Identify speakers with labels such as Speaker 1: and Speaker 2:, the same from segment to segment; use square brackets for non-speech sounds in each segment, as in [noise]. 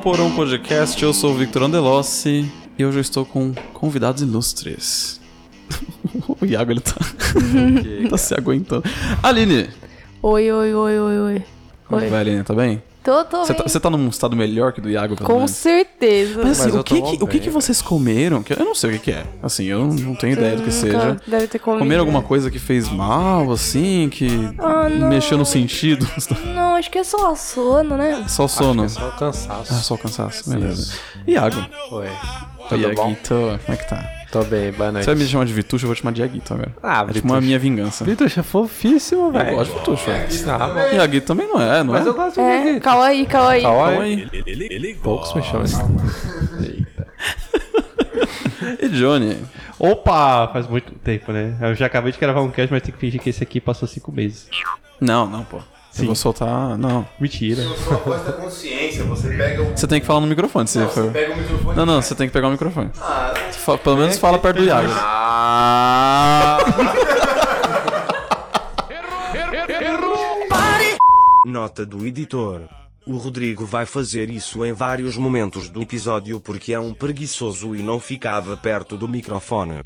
Speaker 1: Porão Podcast, eu sou o Victor Andelossi e hoje eu estou com convidados ilustres. [laughs] o Iago, ele
Speaker 2: [laughs]
Speaker 1: tá, tá se aguentando. Aline!
Speaker 3: Oi, oi, oi, oi, oi.
Speaker 1: Como é que vai, Aline? Tá bem?
Speaker 3: Tô, tô
Speaker 1: Você
Speaker 3: bem.
Speaker 1: tá, você tá num estado melhor que o do Iago, pelo
Speaker 3: Com
Speaker 1: menos?
Speaker 3: certeza.
Speaker 1: Mas assim,
Speaker 2: Mas
Speaker 1: o,
Speaker 2: eu
Speaker 1: que
Speaker 2: tô
Speaker 1: que, o que
Speaker 2: bem,
Speaker 1: que vocês comeram? Que eu não sei o que que é. Assim, eu não, não tenho
Speaker 2: Hum,
Speaker 1: ideia do que seja.
Speaker 3: Nunca Deve ter comido.
Speaker 1: Comeram alguma coisa que fez mal, assim, que
Speaker 3: Ah, não.
Speaker 1: mexeu nos sentidos?
Speaker 3: Não, acho que é só sono, né?
Speaker 1: [laughs] Só sono.
Speaker 2: É só o cansaço.
Speaker 1: Ah, só cansaço, beleza. Iago.
Speaker 2: Oi. Tudo
Speaker 1: Iaguito,
Speaker 2: bom?
Speaker 1: como é que tá?
Speaker 2: Tô bem, boa noite.
Speaker 1: Você vai me chamar de Vitucho, eu vou te chamar de Iaguito agora.
Speaker 2: Ah,
Speaker 1: é tipo uma
Speaker 2: Vitucho.
Speaker 1: minha vingança.
Speaker 2: Vitor, você é fofíssimo, velho.
Speaker 1: Eu gosto de Vitucho, velho.
Speaker 2: Ah, bom.
Speaker 1: Iaguito também não é, não
Speaker 2: Mas
Speaker 1: é? Então,
Speaker 2: eu gosto de
Speaker 3: É,
Speaker 2: Vitor.
Speaker 3: calma aí, calma
Speaker 4: Tá,
Speaker 3: aí.
Speaker 2: Calma
Speaker 1: Calma
Speaker 2: aí.
Speaker 1: aí.
Speaker 2: Poucos me chamam. [laughs]
Speaker 1: [laughs] E Johnny?
Speaker 5: Opa, faz muito tempo, né? Eu já acabei de gravar um cast, mas tem que fingir que esse aqui passou cinco meses.
Speaker 1: Não, não, pô. Eu
Speaker 5: Sim.
Speaker 1: vou soltar... Não.
Speaker 5: Mentira.
Speaker 6: Sua voz da consciência, você pega o.
Speaker 1: Você tem que falar no microfone, se
Speaker 6: Você
Speaker 1: for...
Speaker 6: pega o microfone.
Speaker 1: Não, não, você tem que pegar o microfone.
Speaker 2: Ah,
Speaker 1: Você fa-
Speaker 2: é
Speaker 1: Pelo menos fala perto do Iago.
Speaker 7: Nota do editor. O Rodrigo vai fazer isso em vários momentos do episódio porque é um preguiçoso e não ficava perto do microfone.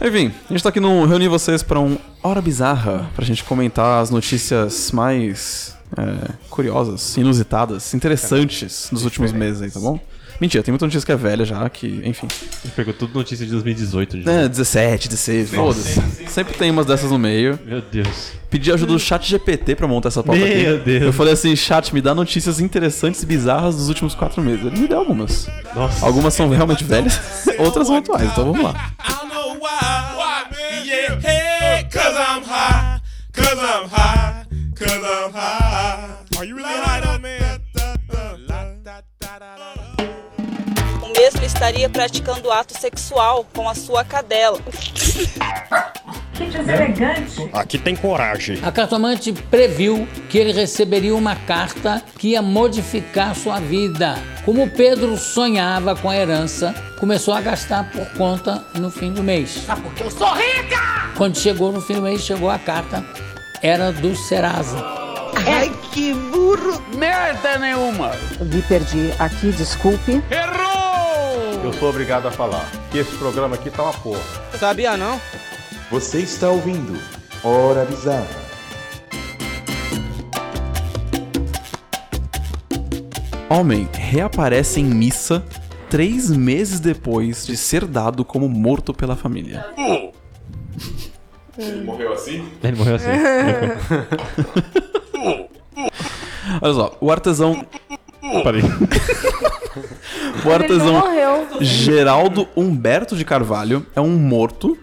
Speaker 1: Enfim, a gente tá aqui no reunir vocês pra um Hora Bizarra, pra gente comentar as notícias mais é, curiosas, inusitadas, interessantes dos últimos meses aí, tá bom? Mentira, tem muita notícia que é velha já, que, enfim.
Speaker 5: Você pegou tudo notícia de 2018. Já.
Speaker 1: É, 17, 16, foda-se. Sempre tem umas dessas no meio.
Speaker 5: Meu Deus.
Speaker 1: Pedi ajuda do chat GPT pra montar essa pauta aqui.
Speaker 5: Meu Deus.
Speaker 1: Eu falei assim, chat, me dá notícias interessantes e bizarras dos últimos quatro meses. Ele me deu algumas.
Speaker 5: Nossa.
Speaker 1: Algumas são realmente
Speaker 5: [laughs]
Speaker 1: velhas, outras são atuais, então vamos lá.
Speaker 8: I don't know why. Why, man? Yeah, hey, cause I'm high. Cause I'm high. Cause I'm high. Are you really high, though, man?
Speaker 9: O mesmo estaria praticando ato sexual com a sua cadela.
Speaker 10: Aqui tem coragem.
Speaker 11: A cartomante previu que ele receberia uma carta que ia modificar sua vida. Como Pedro sonhava com a herança, começou a gastar por conta no fim do mês. Ah, porque eu sou rica! Quando chegou no fim do mês, chegou a carta, era do Serasa.
Speaker 9: Me perdi aqui, desculpe.
Speaker 2: Eu sou obrigado a falar que esse programa aqui tá uma porra.
Speaker 9: Sabia não?
Speaker 6: Você está ouvindo. Hora bizarra.
Speaker 1: Homem reaparece em missa três meses depois de ser dado como morto pela família.
Speaker 6: Morreu assim?
Speaker 5: Ele morreu assim.
Speaker 1: Olha só, o artesão,
Speaker 5: [laughs] Parei.
Speaker 1: o
Speaker 3: Ele não
Speaker 1: artesão
Speaker 3: morreu.
Speaker 1: Geraldo Humberto de Carvalho é um morto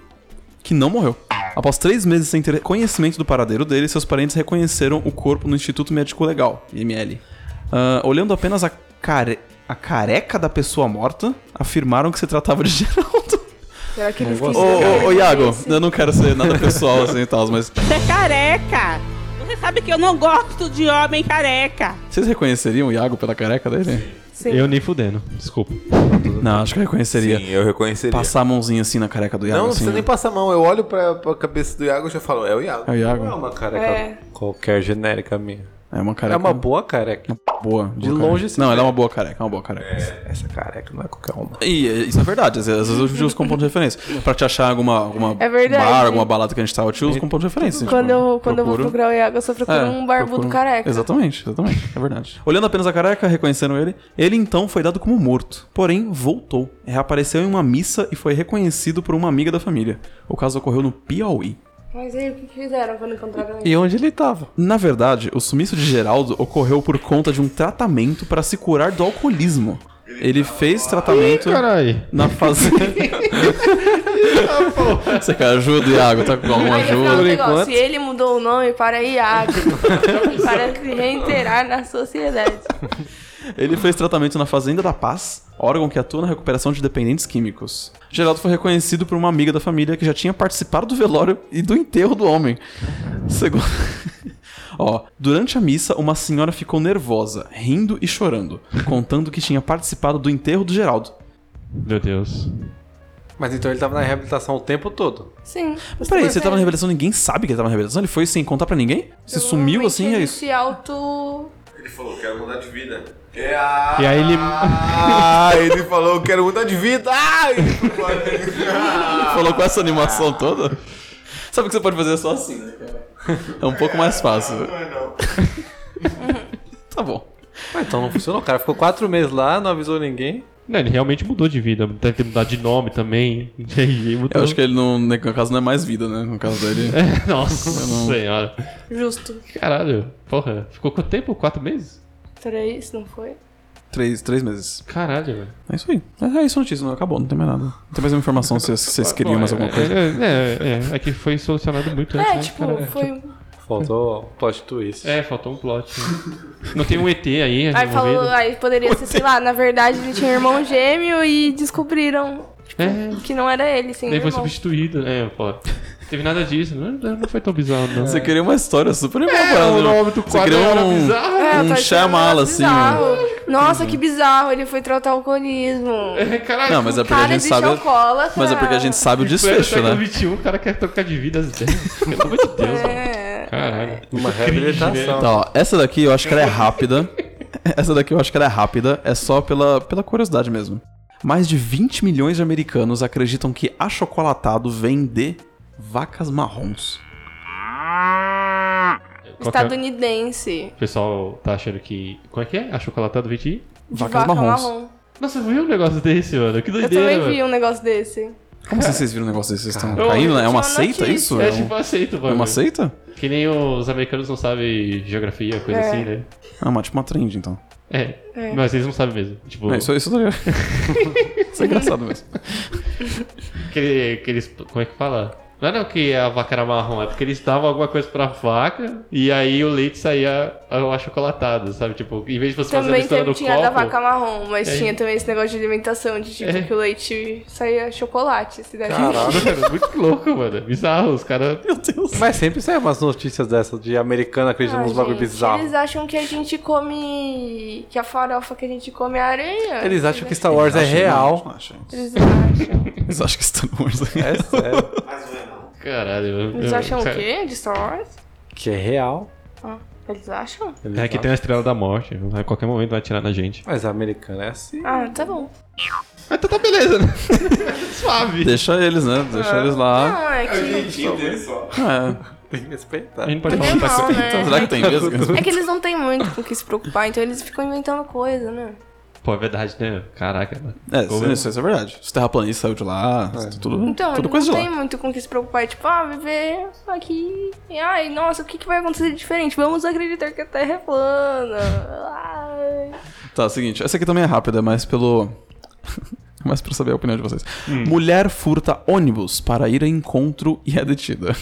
Speaker 1: que não morreu. Após três meses sem ter conhecimento do paradeiro dele, seus parentes reconheceram o corpo no Instituto Médico Legal, IML. Ah, olhando apenas a, care- a careca da pessoa morta, afirmaram que se tratava de Geraldo.
Speaker 3: Será que ele
Speaker 1: Ô,
Speaker 3: esqueceu?
Speaker 1: ô, ô, Iago, eu não quero ser nada pessoal assim e tal, mas
Speaker 9: Você é careca! Você sabe que eu não gosto de homem careca.
Speaker 1: Vocês reconheceriam o Iago pela careca dele?
Speaker 5: Eu nem fudendo. Desculpa.
Speaker 1: Não, acho que eu reconheceria.
Speaker 6: Sim, eu reconheceria.
Speaker 1: Passar a mãozinha assim na careca do Iago.
Speaker 6: Não,
Speaker 1: assim,
Speaker 6: você nem passa a mão. Eu olho pra, pra cabeça do Iago e já falo, é o Iago.
Speaker 1: É o Iago.
Speaker 6: Não é uma careca.
Speaker 3: É.
Speaker 2: Qualquer genérica minha.
Speaker 1: É uma careca.
Speaker 2: É uma boa careca.
Speaker 1: boa. De
Speaker 2: longe,
Speaker 1: Não, ela é uma boa careca, é uma boa careca.
Speaker 2: Essa careca não é qualquer uma.
Speaker 1: E é, isso é verdade, às vezes às vezes eu te uso como ponto de referência. Pra te achar alguma, alguma
Speaker 3: É verdade.
Speaker 1: bar, alguma balada que a gente tá, eu te uso como ponto de referência.
Speaker 3: Quando
Speaker 1: tipo,
Speaker 3: eu, quando eu vou
Speaker 1: procuro-
Speaker 3: procurar o Iago, eu só procuro
Speaker 1: É,
Speaker 3: um barbudo
Speaker 1: procuro-
Speaker 3: careca.
Speaker 1: Exatamente, exatamente. É verdade. Olhando apenas a careca, reconhecendo ele, ele então foi dado como morto. Porém, voltou. Reapareceu em uma missa e foi reconhecido por uma amiga da família. O caso ocorreu no Piauí.
Speaker 3: Mas aí, o que que fizeram quando encontraram ele?
Speaker 2: E onde ele tava?
Speaker 1: Na verdade, o sumiço de Geraldo ocorreu por conta de um tratamento para se curar do alcoolismo. Ele fez tratamento
Speaker 5: Caralho.
Speaker 1: na
Speaker 2: [laughs]
Speaker 1: fazenda.
Speaker 2: tá
Speaker 1: Você quer ajuda, Iago? Tá com alguma
Speaker 3: Aí, no final do
Speaker 1: ajuda?
Speaker 3: negócio, ele mudou o nome para
Speaker 1: [laughs]
Speaker 3: Iago. para se reiterar na sociedade.
Speaker 1: Ele fez tratamento na Fazenda da Paz, órgão que atua na recuperação de dependentes químicos. Geraldo foi reconhecido por uma amiga da família que já tinha participado do velório e do enterro do homem. Segundo. [laughs] Ó, durante a missa, uma senhora ficou nervosa, rindo e chorando, contando que tinha participado do enterro do Geraldo.
Speaker 5: Meu Deus.
Speaker 2: Mas então ele tava na reabilitação o tempo todo.
Speaker 3: Sim.
Speaker 1: Mas peraí, você tava na revelação, ninguém sabe que ele tava na revelação? Ele foi sem contar pra ninguém? Se sumiu assim, é
Speaker 3: Ele
Speaker 1: isso?
Speaker 3: se auto...
Speaker 6: Ele falou, quero mudar de vida.
Speaker 4: É,
Speaker 5: E aí ele.
Speaker 12: Ah,
Speaker 4: [laughs]
Speaker 12: ele falou, eu quero mudar de vida. Ah, ele foi embora.
Speaker 1: Falou com essa animação
Speaker 5: Ah.
Speaker 1: toda. Sabe o que você pode fazer só assim, né, cara? É um pouco mais fácil. Não é não. [laughs] tá bom.
Speaker 4: Mas então não funcionou. O cara ficou quatro meses lá, não avisou ninguém.
Speaker 5: Não, ele realmente mudou de vida. Deve ter mudado de nome também. [laughs] E aí ele mudou.
Speaker 1: Eu acho que ele não. No caso não é mais vida, né? No caso dele.
Speaker 5: É, [laughs] nossa
Speaker 1: Eu não-
Speaker 5: senhora.
Speaker 3: Justo.
Speaker 5: Caralho, porra. Ficou quanto tempo? Quatro meses?
Speaker 3: Três, não foi?
Speaker 1: Três, três meses.
Speaker 5: Caralho, velho.
Speaker 1: É isso aí. É, é isso a notícia, não acabou, não tem mais nada. Não tem mais uma informação se se vocês queriam
Speaker 5: Bom,
Speaker 1: mais alguma
Speaker 5: é,
Speaker 1: coisa.
Speaker 5: É, é, é, é que foi solucionado muito antes.
Speaker 3: É,
Speaker 5: né,
Speaker 3: tipo,
Speaker 5: cara?
Speaker 3: foi.
Speaker 4: Faltou um plot twist.
Speaker 5: É, faltou um plot. não tem um ET aí
Speaker 3: Aí falou,
Speaker 5: envolvido?
Speaker 3: aí poderia ser, sei lá, na verdade ele tinha um irmão gêmeo e descobriram tipo,
Speaker 5: É.
Speaker 3: que não era ele, sim.
Speaker 5: Daí foi
Speaker 3: irmão.
Speaker 5: substituído. É, pô. Teve nada disso. Não, não foi tão bizarro, não.
Speaker 1: Você queria uma história super
Speaker 5: É, o nome do
Speaker 1: Você
Speaker 5: quadro
Speaker 1: queria
Speaker 5: era
Speaker 1: um,
Speaker 5: bizarro.
Speaker 3: É,
Speaker 1: um
Speaker 3: tá
Speaker 1: chamala,
Speaker 3: achando
Speaker 1: assim.
Speaker 3: bizarro.
Speaker 1: né?
Speaker 3: Nossa, que bizarro, ele foi tratar o alcoolismo.
Speaker 5: né,
Speaker 1: Não, mas é porque a
Speaker 3: cara
Speaker 1: gente
Speaker 3: de
Speaker 1: sabe.
Speaker 3: alcoólatra.
Speaker 1: Mas é porque a gente sabe o desfecho,
Speaker 5: No
Speaker 1: né?
Speaker 5: 21, o cara quer trocar de vida as ideias. Pelo amor de Deus,
Speaker 3: É,
Speaker 5: mano. Caralho.
Speaker 4: Uma
Speaker 5: Cringe, né?
Speaker 4: reabilitação.
Speaker 1: Tá, ó, essa daqui eu acho que ela é rápida. [laughs] Essa daqui eu acho que ela é rápida, é só pela, pela curiosidade mesmo. Mais de 20 milhões de americanos acreditam que achocolatado vem de vacas marrons.
Speaker 5: Qual que é?
Speaker 3: Estadunidense.
Speaker 5: O pessoal tá achando que. Como é que é? A chocolatada vem de.
Speaker 3: De
Speaker 1: Vacas
Speaker 3: vaca
Speaker 1: marrons.
Speaker 3: marrom.
Speaker 5: Nossa, eu vi um negócio desse, mano. Que
Speaker 3: Eu
Speaker 5: doideira,
Speaker 3: também
Speaker 5: mano.
Speaker 3: vi um negócio desse.
Speaker 1: Como assim vocês viram um negócio desse? Vocês estão
Speaker 5: Caralho.
Speaker 1: caindo? né? É uma
Speaker 3: Uma
Speaker 1: seita
Speaker 3: notícia.
Speaker 1: isso?
Speaker 5: É
Speaker 1: um-
Speaker 5: tipo aceito, mano.
Speaker 1: É uma seita?
Speaker 5: Que nem os americanos não sabem geografia, coisa
Speaker 3: É.
Speaker 5: assim, né?
Speaker 1: Ah, mas tipo uma trend, então.
Speaker 5: É.
Speaker 3: É.
Speaker 5: Mas eles não sabem mesmo. Tipo,
Speaker 1: É, isso, isso,
Speaker 3: [laughs]
Speaker 1: tá ligado? isso é engraçado mesmo.
Speaker 5: que, que eles. Como é que fala? Não era que a vaca era marrom, é porque eles davam alguma coisa pra vaca e aí o leite saía achocolatado, sabe? Tipo, em vez de você fazer a
Speaker 3: Também
Speaker 5: mistura
Speaker 3: teve,
Speaker 5: no
Speaker 3: tinha
Speaker 5: copo.
Speaker 3: da
Speaker 5: [laughs]
Speaker 3: vaca marrom, mas
Speaker 5: É.
Speaker 3: tinha também esse negócio de alimentação, de tipo
Speaker 5: É.
Speaker 3: que o leite saía chocolate. Se der
Speaker 5: Mano, muito louco, mano. Bizarro, os caras.
Speaker 4: Mas sempre sai umas notícias dessas de americano acreditando
Speaker 3: Ah,
Speaker 4: nos bagulho
Speaker 3: gente,
Speaker 4: bizarro.
Speaker 3: Eles acham que a gente come. que a farofa que a gente come é areia.
Speaker 4: Eles acham que Star Wars é real.
Speaker 3: Eles acham.
Speaker 1: Eles acham que tá Star Wars [laughs]
Speaker 4: É sério.
Speaker 5: Caralho, mano.
Speaker 3: Eles
Speaker 5: Eu-
Speaker 3: acham o
Speaker 5: cara-
Speaker 3: quê? De Star Wars?
Speaker 4: Que é real.
Speaker 3: Ah, eles acham?
Speaker 4: Eles
Speaker 5: É que tem a estrela da morte. A qualquer momento vai atirar na gente.
Speaker 4: Mas americano é assim.
Speaker 3: Ah, tá bom.
Speaker 5: Mas então tá beleza, né? Suave.
Speaker 1: Deixa eles, né? Deixa eles lá.
Speaker 3: Não, é que.
Speaker 1: É.
Speaker 4: Tem que respeitar.
Speaker 5: A gente pode falar
Speaker 3: Não,
Speaker 5: pra você.
Speaker 3: né?
Speaker 1: Então, será que tem
Speaker 4: [laughs]
Speaker 1: mesmo?
Speaker 3: É que eles não têm muito com o que se preocupar, então eles ficam inventando coisa, né?
Speaker 5: Pô, é verdade, né? Caraca, mano.
Speaker 1: É,
Speaker 5: Como
Speaker 1: isso, isso, é verdade. Os terraplanistas saiu de
Speaker 4: É.
Speaker 1: lá, isso tudo,
Speaker 3: Então,
Speaker 1: tudo
Speaker 3: eles
Speaker 1: coisa de
Speaker 3: não
Speaker 1: lá.
Speaker 3: têm muito com o que se preocupar. Tipo, ah, viver aqui. E, Ai, nossa, o que, que vai acontecer de diferente? Vamos acreditar que a Terra é plana. Ai.
Speaker 1: Tá, seguinte, essa aqui também é rápida, mas pelo. [laughs] mas pra saber a opinião de vocês.
Speaker 4: Hum.
Speaker 1: Mulher furta ônibus para ir a encontro e é detida. [laughs]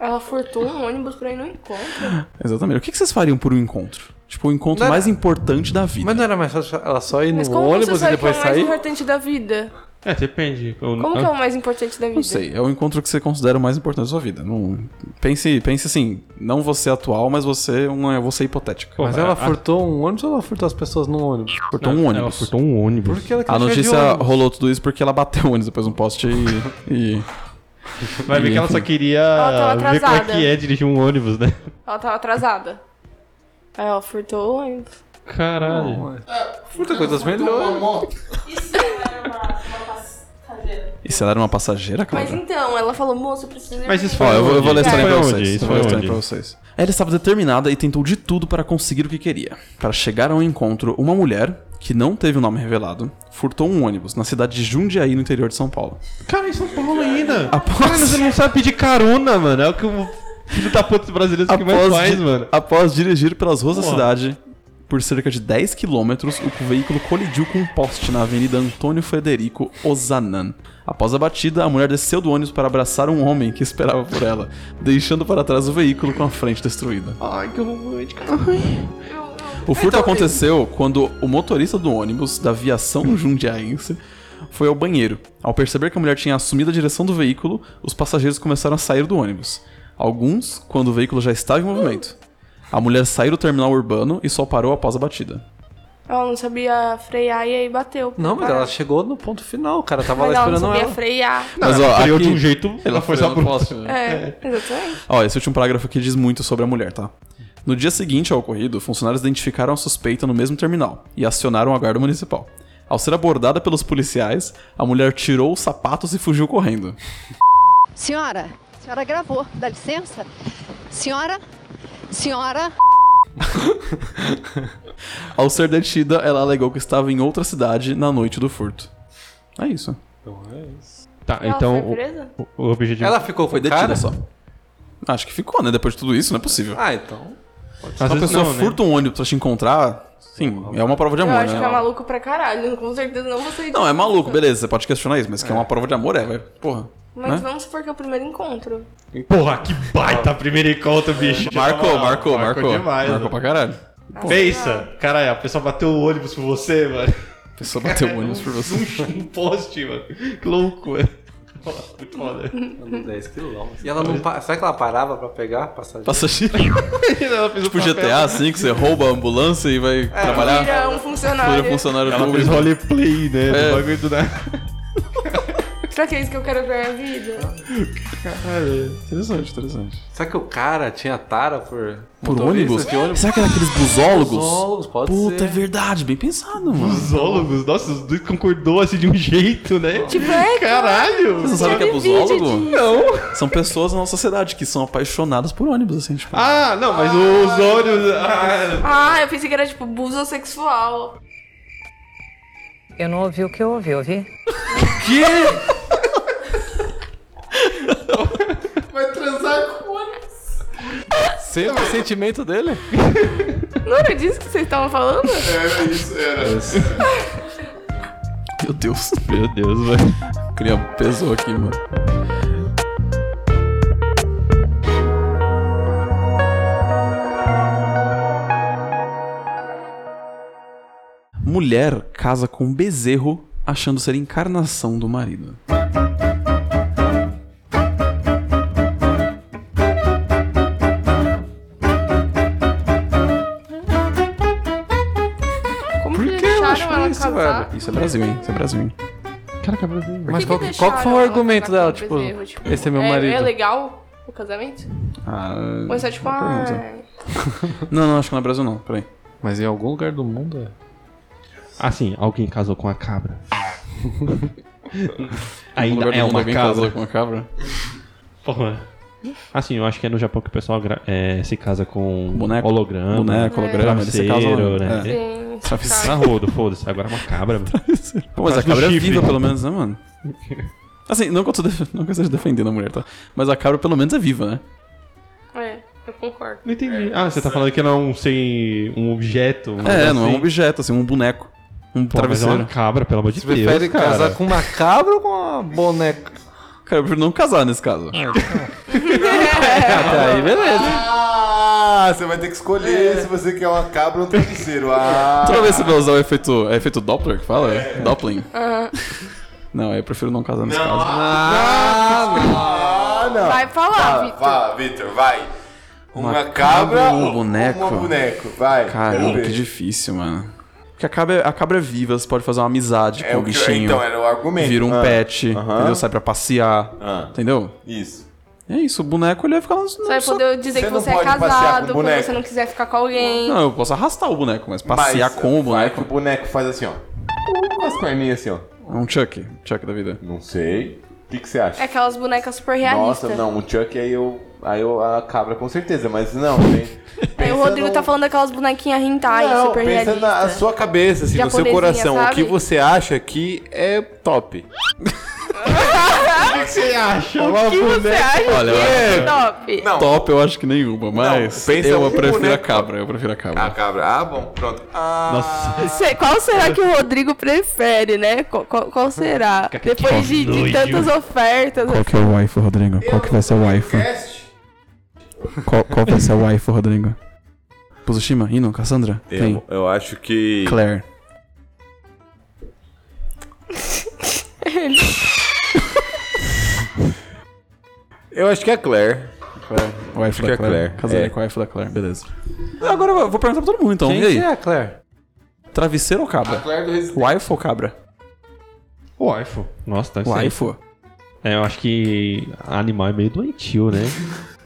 Speaker 3: Ela furtou um ônibus pra ir no encontro.
Speaker 1: Exatamente. O que que vocês fariam por um encontro? Tipo, o encontro
Speaker 4: Não era-
Speaker 1: mais importante da vida.
Speaker 4: Mas não é era mais fácil ela só ir
Speaker 3: Mas
Speaker 4: no
Speaker 3: como você
Speaker 4: ônibus e
Speaker 3: sabe que é
Speaker 4: depois
Speaker 3: o mais
Speaker 4: sair?
Speaker 3: importante da vida?
Speaker 5: É, depende. Eu-
Speaker 3: Como que é o mais importante da vida?
Speaker 1: Não sei, é o encontro que você considera o mais importante da sua vida. Não- Pense, pense assim, não você atual, mas você uma você hipotética.
Speaker 4: Mas ela furtou um ônibus ou ela furtou as pessoas no ônibus?
Speaker 1: Furtou um
Speaker 5: Ela
Speaker 1: ônibus.
Speaker 5: furtou um ônibus.
Speaker 4: Por que ela
Speaker 1: A
Speaker 4: queria chegar de
Speaker 1: notícia
Speaker 4: ônibus?
Speaker 1: rolou tudo isso porque ela bateu o ônibus depois de um poste e. e-
Speaker 5: Vai ver que ela só queria
Speaker 3: Ela tava
Speaker 5: ver como é
Speaker 3: atrasada.
Speaker 5: que é dirigir um ônibus, né?
Speaker 3: Ela tava atrasada. Aí ela furtou o ônibus.
Speaker 5: Caralho.
Speaker 4: Furta coisas melhores.
Speaker 1: E se ela era uma passageira,
Speaker 3: Mas
Speaker 1: cara?
Speaker 3: então, ela falou, moço, eu preciso ir
Speaker 5: Mas isso
Speaker 3: no
Speaker 1: Ó, eu vou, eu vou ler a
Speaker 5: Isso
Speaker 1: história
Speaker 5: foi
Speaker 1: pra
Speaker 5: onde?
Speaker 1: vocês.
Speaker 5: Isso
Speaker 1: eu vou ler a
Speaker 5: foi
Speaker 1: história
Speaker 5: onde?
Speaker 1: pra vocês. Ela estava determinada e tentou de tudo para conseguir o que queria. Para chegar ao encontro, uma mulher, que não teve o nome revelado, furtou um ônibus na cidade de Jundiaí, no interior de São Paulo.
Speaker 5: Cara, em São Paulo ainda.
Speaker 1: Após-
Speaker 5: Cara, você não sabe pedir carona, mano. É o que o filho da puta dos brasileiros que é mais
Speaker 1: Após,
Speaker 5: faz,
Speaker 1: di-
Speaker 5: mano.
Speaker 1: após dirigir pelas ruas da
Speaker 5: Porra.
Speaker 1: cidade por cerca de 10 quilômetros, o veículo colidiu com um poste na avenida Antônio Frederico Ozanan. Após a batida, a mulher desceu do ônibus para abraçar um homem que esperava por ela, deixando para trás o veículo com a frente destruída.
Speaker 5: Ai, que tá romântico.
Speaker 1: O
Speaker 5: Então,
Speaker 1: furto aconteceu quando o motorista do ônibus da aviação jundiaense foi ao banheiro. Ao perceber que a mulher tinha assumido a direção do veículo, os passageiros começaram a sair do ônibus. Alguns, quando o veículo já estava em movimento. A mulher saiu do terminal urbano e só parou após a batida.
Speaker 3: Ela não sabia frear e aí bateu.
Speaker 4: Não, mas
Speaker 3: Parou.
Speaker 4: ela chegou no ponto final, o cara tava
Speaker 3: Mas
Speaker 4: lá
Speaker 3: ela não
Speaker 4: esperando
Speaker 3: sabia
Speaker 4: ela.
Speaker 3: frear.
Speaker 1: Mas ó,
Speaker 5: Criou de
Speaker 1: aqui-
Speaker 5: um jeito, ela foi só pro
Speaker 1: próximo.
Speaker 3: É, exatamente.
Speaker 1: Ó, esse último parágrafo aqui diz muito sobre a mulher, tá? No dia seguinte ao ocorrido, funcionários identificaram a suspeita no mesmo terminal e acionaram a guarda municipal. Ao ser abordada pelos policiais, a mulher tirou os sapatos e fugiu correndo.
Speaker 13: Senhora, senhora gravou, dá licença. Senhora, senhora.
Speaker 1: Ao ser detida, ela alegou que estava em outra cidade na noite do furto. É isso.
Speaker 5: Então é isso. Tá,
Speaker 3: Ela
Speaker 5: então.
Speaker 3: foi
Speaker 5: o-
Speaker 3: presa?
Speaker 5: O, o objetivo.
Speaker 4: Ela ficou com
Speaker 1: Foi
Speaker 4: o
Speaker 1: detida
Speaker 4: cara?
Speaker 1: só. Acho que ficou, né? Depois de tudo isso, não é possível.
Speaker 4: Ah, então.
Speaker 1: Se uma pessoa
Speaker 5: né?
Speaker 1: furta um ônibus pra te encontrar, sim, é uma prova de
Speaker 3: Eu
Speaker 1: amor,
Speaker 3: acho
Speaker 1: né?
Speaker 3: que é maluco pra caralho, com certeza não vou sair
Speaker 1: Não,
Speaker 3: disso.
Speaker 1: é maluco, beleza, você pode questionar isso, mas que é uma prova de amor, é, velho. Porra.
Speaker 3: Mas
Speaker 1: né?
Speaker 3: vamos supor que é o primeiro encontro.
Speaker 5: Porra, que baita primeiro encontro, bicho.
Speaker 1: Marcou,
Speaker 5: Na moral,
Speaker 1: marcou, marcou.
Speaker 5: demais, né?
Speaker 1: Marcou
Speaker 5: mano.
Speaker 1: pra caralho.
Speaker 5: Pensa, caralho, a pessoa bateu o ônibus por você, mano.
Speaker 1: A pessoa bateu o ônibus por [laughs] você.
Speaker 5: Um poste, mano. Que louco, mano. [laughs] Muito foda.
Speaker 1: Tipo
Speaker 4: Andou 10 quilômetros. E ela não. pa- Será que ela parava pra pegar passageiro?
Speaker 1: Passageiro.
Speaker 5: ela fez
Speaker 1: Tipo GTA, assim, que você rouba a ambulância e vai trabalhar.
Speaker 3: Vira um funcionário.
Speaker 1: Vira um funcionário
Speaker 5: Ela
Speaker 1: público.
Speaker 5: fez roleplay, né?
Speaker 1: É.
Speaker 5: Do bagulho do nada.
Speaker 3: Será que é isso que eu quero pra minha vida?
Speaker 1: Caralho. Interessante, interessante.
Speaker 4: Será que o cara tinha tara por.
Speaker 1: Por
Speaker 4: motoristas
Speaker 1: ônibus?
Speaker 4: de ônibus?
Speaker 1: Será que era aqueles busólogos?
Speaker 4: Busólogos, pode
Speaker 1: Puta,
Speaker 4: ser.
Speaker 1: é verdade, bem pensado, mano.
Speaker 5: Busólogos, nossa, os dois concordou assim de um jeito, né?
Speaker 3: Tipo, é,
Speaker 5: Caralho!
Speaker 1: Vocês não sabem o que é
Speaker 3: Eu vi vídeo
Speaker 1: busólogo?
Speaker 3: disso.
Speaker 5: Não.
Speaker 1: São pessoas na nossa sociedade que são apaixonadas por ônibus, assim, tipo.
Speaker 5: Ah, não, mas os olhos. Ah,
Speaker 3: Ah, eu pensei que era tipo buzo sexual.
Speaker 14: Eu não ouvi o que eu ouvi, ouvi?
Speaker 1: Que?
Speaker 8: Vai transar com o
Speaker 4: Sempre o sentimento dele?
Speaker 3: Não era disso que vocês estavam falando?
Speaker 8: Era isso, era.
Speaker 1: Meu Deus. Meu Deus, velho. Cria pesou aqui, mano. Mulher casa com um bezerro achando ser encarnação do marido.
Speaker 3: Como
Speaker 4: Por
Speaker 12: é
Speaker 3: que
Speaker 4: que ela
Speaker 3: deixaram
Speaker 4: achou
Speaker 3: ela
Speaker 4: isso,
Speaker 3: casar?
Speaker 1: Isso é Brasil, hein? Isso é Brasil, hein? Caraca, Brasil.
Speaker 4: Mas
Speaker 3: que
Speaker 4: qual,
Speaker 3: que
Speaker 4: qual que
Speaker 3: deixaram
Speaker 4: foi o
Speaker 3: ela
Speaker 4: argumento
Speaker 3: casar
Speaker 4: dela?
Speaker 3: com o
Speaker 4: Tipo,
Speaker 3: bezerro, tipo,
Speaker 4: esse é meu
Speaker 3: É
Speaker 4: marido.
Speaker 3: legal o casamento?
Speaker 1: Ah,
Speaker 3: Ou é só tipo,
Speaker 1: boa
Speaker 3: ah,
Speaker 1: pergunta. Não, não, acho que não é Brasil, não. Peraí.
Speaker 4: Mas em algum lugar do mundo é.
Speaker 5: Assim, alguém casou com a cabra.
Speaker 1: Algum
Speaker 5: Ainda
Speaker 1: lugar do
Speaker 5: é
Speaker 1: mundo
Speaker 5: uma
Speaker 1: alguém
Speaker 5: cabra.
Speaker 1: casou com uma cabra?
Speaker 5: Porra. Assim, eu acho que é no Japão que o pessoal gra- é, se casa com
Speaker 1: Boneco.
Speaker 5: holograma.
Speaker 1: Boneco, holograma, eles se
Speaker 5: travesseiro,
Speaker 1: casam, né?
Speaker 5: né?
Speaker 1: É. Sim. Travesseiro.
Speaker 5: Na rodo, foda-se. Agora é uma cabra. mano.
Speaker 1: Pô, mas a
Speaker 5: Atrás do
Speaker 1: cabra é
Speaker 5: Tá chifre.
Speaker 1: viva, pelo menos, né, mano? Assim, não que eu, tô def- não que eu esteja defendendo a mulher, tá? Mas a cabra, pelo menos, é viva, né?
Speaker 3: É, eu concordo.
Speaker 5: [laughs] Não entendi. Ah, você tá falando que não é um, sem, um objeto? um
Speaker 1: É,
Speaker 5: negócio
Speaker 1: não é um
Speaker 5: assim.
Speaker 1: objeto, assim, um boneco. Um
Speaker 5: Pô, mas é
Speaker 1: travesseiro.
Speaker 5: uma cabra, pelo amor de
Speaker 1: Você
Speaker 5: Deus.
Speaker 1: prefere
Speaker 5: cara.
Speaker 4: Casar com uma cabra ou com uma boneca?
Speaker 1: Cara, eu prefiro não casar nesse caso.
Speaker 4: Até aí, beleza.
Speaker 12: Ah, você vai ter que escolher se você quer uma cabra ou um travesseiro. Ah.
Speaker 1: Toda vez que você vai usar o efeito, é efeito Doppler que fala?
Speaker 12: É. [laughs]
Speaker 1: Doppling.
Speaker 3: Aham.
Speaker 1: Não, eu prefiro não casar nesse caso.
Speaker 12: Ah, não.
Speaker 3: Vai falar, Vitor.
Speaker 12: Fala, Vitor, vai. Uma,
Speaker 1: Uma
Speaker 12: cabra,
Speaker 1: cabra ou
Speaker 12: ou
Speaker 1: um boneco?
Speaker 12: Uma boneco, vai. quero
Speaker 1: Caramba,
Speaker 12: ver.
Speaker 1: que difícil, mano. Porque a cabra, a cabra é viva, você pode fazer uma amizade
Speaker 12: É
Speaker 1: com o
Speaker 12: o que-
Speaker 1: bichinho.
Speaker 12: então, era o argumento.
Speaker 1: Vira um
Speaker 12: Ah,
Speaker 1: pet,
Speaker 12: aham.
Speaker 1: entendeu? Sai pra passear,
Speaker 12: Ah.
Speaker 1: entendeu?
Speaker 12: Isso.
Speaker 1: É isso, o boneco ele vai ficar lá.
Speaker 3: Você vai poder dizer
Speaker 12: Você
Speaker 3: que
Speaker 12: não
Speaker 3: você é
Speaker 12: pode passear com
Speaker 3: casado, quando
Speaker 12: boneca.
Speaker 3: você não quiser ficar com alguém.
Speaker 1: Não, eu posso arrastar o boneco, mas passear
Speaker 12: Mas,
Speaker 1: com o
Speaker 12: vai que
Speaker 1: boneco.
Speaker 12: o boneco faz assim, ó. Com as perninhas assim, ó.
Speaker 1: É um Chuck, Chuck da vida.
Speaker 12: Não sei. O que, que você acha?
Speaker 3: É aquelas bonecas super
Speaker 12: Nossa,
Speaker 3: realistas.
Speaker 12: não, o Chuck aí eu. Aí eu a cabra com certeza, mas não, tem.
Speaker 3: Aí o Rodrigo tá falando daquelas bonequinhas hentai
Speaker 12: não,
Speaker 3: super
Speaker 12: pensa
Speaker 3: realistas.
Speaker 12: na sua cabeça, assim, no seu
Speaker 3: Japonesinha,
Speaker 12: coração. O que
Speaker 3: sabe?
Speaker 12: você acha que é top?
Speaker 5: O que você acha?
Speaker 3: O que você acha
Speaker 1: Olha,
Speaker 3: que é
Speaker 1: olha.
Speaker 3: top?
Speaker 1: Top eu acho que nenhuma, mas
Speaker 12: Não, pensa
Speaker 1: eu
Speaker 12: um
Speaker 1: prefiro a
Speaker 12: boneco.
Speaker 1: cabra, eu prefiro a cabra.
Speaker 12: A cabra. Ah, bom, pronto. Ah,
Speaker 3: Se- Qual será que o Rodrigo prefere, né? Qual, qual- qual será? Depois de, de tantas ofertas.
Speaker 1: Qual que é o waifu, Rodrigo? Qual que vai ser o waifu? Qual, qual vai ser o waifu, Rodrigo? Puzushima, Hino, Cassandra? Quem?
Speaker 12: eu, eu acho que.
Speaker 1: Claire.
Speaker 12: Eu acho que é Claire.
Speaker 1: O
Speaker 12: Acho
Speaker 1: waifu da
Speaker 12: que é
Speaker 1: Claire.
Speaker 12: Claire.
Speaker 1: Cassandra
Speaker 12: É.
Speaker 1: com o waifu da Claire, beleza. Agora eu vou perguntar pra todo mundo então,
Speaker 4: Quem
Speaker 1: e aí?
Speaker 4: que é a Claire?
Speaker 1: Travesseiro ou cabra?
Speaker 12: é? A Claire do Resident
Speaker 1: Waifu ou cabra?
Speaker 5: O waifu. Nossa, deve ser.
Speaker 1: Waifu?
Speaker 5: É, eu acho que animal é meio doentio, né?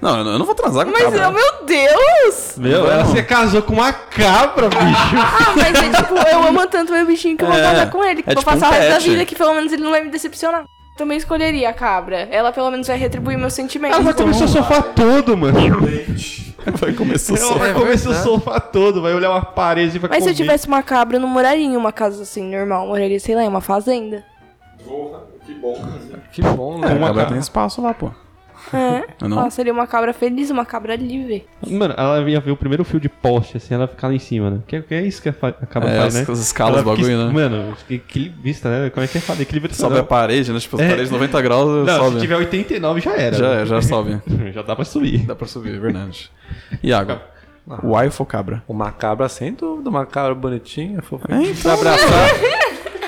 Speaker 1: Não, eu não- eu não vou transar com
Speaker 3: Mas,
Speaker 1: cabra.
Speaker 3: eu- é, meu Deus!
Speaker 1: Meu,
Speaker 12: é
Speaker 5: ela-
Speaker 1: você casou com uma cabra, bicho.
Speaker 3: Ah, mas é tipo, eu amo tanto meu bichinho que eu vou
Speaker 1: É.
Speaker 3: casar com ele. Que
Speaker 1: É
Speaker 3: eu vou
Speaker 1: tipo um
Speaker 3: passar o resto da
Speaker 1: pet.
Speaker 3: vida que pelo menos ele não vai me decepcionar. Também escolheria a cabra. Ela pelo menos vai retribuir meus sentimentos. Então,
Speaker 5: [laughs] Ela vai começar a sofar todo, mano.
Speaker 12: assim.
Speaker 1: [laughs] Vai começar
Speaker 5: a sofá. Ela vai
Speaker 3: É
Speaker 5: começar a
Speaker 3: verdade.
Speaker 5: sofá todo, vai olhar uma parede e vai
Speaker 3: Mas se
Speaker 5: comer.
Speaker 3: eu tivesse uma cabra, eu não moraria em uma casa assim, normal. Eu moraria, sei lá, em uma fazenda.
Speaker 12: Que bom.
Speaker 1: Que bom,
Speaker 5: né?
Speaker 1: a É, cabra tem espaço lá, pô.
Speaker 3: É.
Speaker 5: Eu não-
Speaker 3: Ela seria uma cabra feliz, uma cabra livre.
Speaker 5: Mano, ela ia ver o primeiro fio de poste, assim, ela ficar lá em cima, né? Que, que é isso que a fa- a cabra
Speaker 1: É,
Speaker 5: faz,
Speaker 1: as-
Speaker 5: né?
Speaker 1: as escalas
Speaker 5: Ela
Speaker 1: do bagulho,
Speaker 5: fica-
Speaker 1: né?
Speaker 5: Mano, que, que vista, né? Como é que é foda? Equilíbrio
Speaker 1: Sobe a parede, né? Tipo, as paredes 90 graus,
Speaker 5: Não,
Speaker 1: sobe.
Speaker 5: se tiver 89 já era.
Speaker 1: Já,
Speaker 5: né?
Speaker 1: já sobe.
Speaker 5: [laughs] já dá pra subir.
Speaker 1: Dá pra subir, é verdade. Iago, wife ou cabra?
Speaker 4: Uma cabra sem dúvida, uma cabra bonitinha, fofinha.
Speaker 1: É, então,
Speaker 4: pra abraçar.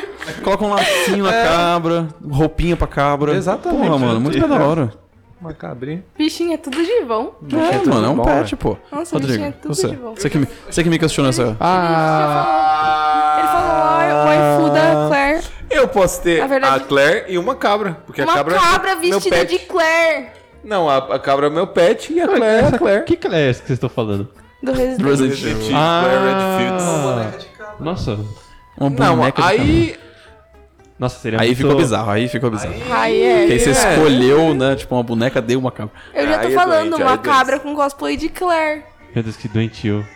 Speaker 1: [laughs] Coloca um lacinho na
Speaker 4: É.
Speaker 1: cabra, roupinha pra cabra.
Speaker 4: Exatamente.
Speaker 1: Porra, mano, muito mais da hora.
Speaker 4: Uma cabrinha.
Speaker 3: Bichinho é tudo de bom.
Speaker 1: É,
Speaker 4: tudo
Speaker 1: mano, é um
Speaker 4: bom,
Speaker 1: pet,
Speaker 4: né?
Speaker 1: pô.
Speaker 3: Nossa,
Speaker 1: Rodrigo,
Speaker 3: bichinho é tudo
Speaker 1: você,
Speaker 3: de bom.
Speaker 1: você, que me, você que me questionou essa...
Speaker 3: Ah. Ele falou, "Oi, waifu da Claire.
Speaker 12: Eu posso ter
Speaker 3: Na verdade-
Speaker 12: a Claire e uma cabra. Porque
Speaker 3: uma
Speaker 12: a cabra,
Speaker 3: cabra,
Speaker 12: é meu
Speaker 3: vestida
Speaker 12: pet.
Speaker 3: de Claire.
Speaker 12: Não, a, a cabra é meu pet e a Claire é a Claire.
Speaker 5: Que Claire é essa que vocês estão falando?
Speaker 3: Do Resident,
Speaker 12: Resident Evil. Evil.
Speaker 5: Ah, Nossa.
Speaker 1: Uma
Speaker 12: Não,
Speaker 1: boneca de
Speaker 12: aí-
Speaker 1: cabra.
Speaker 5: Nossa, seria
Speaker 1: Aí
Speaker 5: muito-
Speaker 1: ficou bizarro, aí ficou bizarro.
Speaker 3: Aí é,
Speaker 1: Porque aí você
Speaker 3: é.
Speaker 1: escolheu, né? Tipo, uma boneca de uma cabra.
Speaker 3: Eu já tô
Speaker 12: Aí é
Speaker 3: falando,
Speaker 12: doente, aí
Speaker 3: uma
Speaker 12: é doente.
Speaker 3: cabra com cosplay de Claire.
Speaker 5: Meu Deus, que doentio.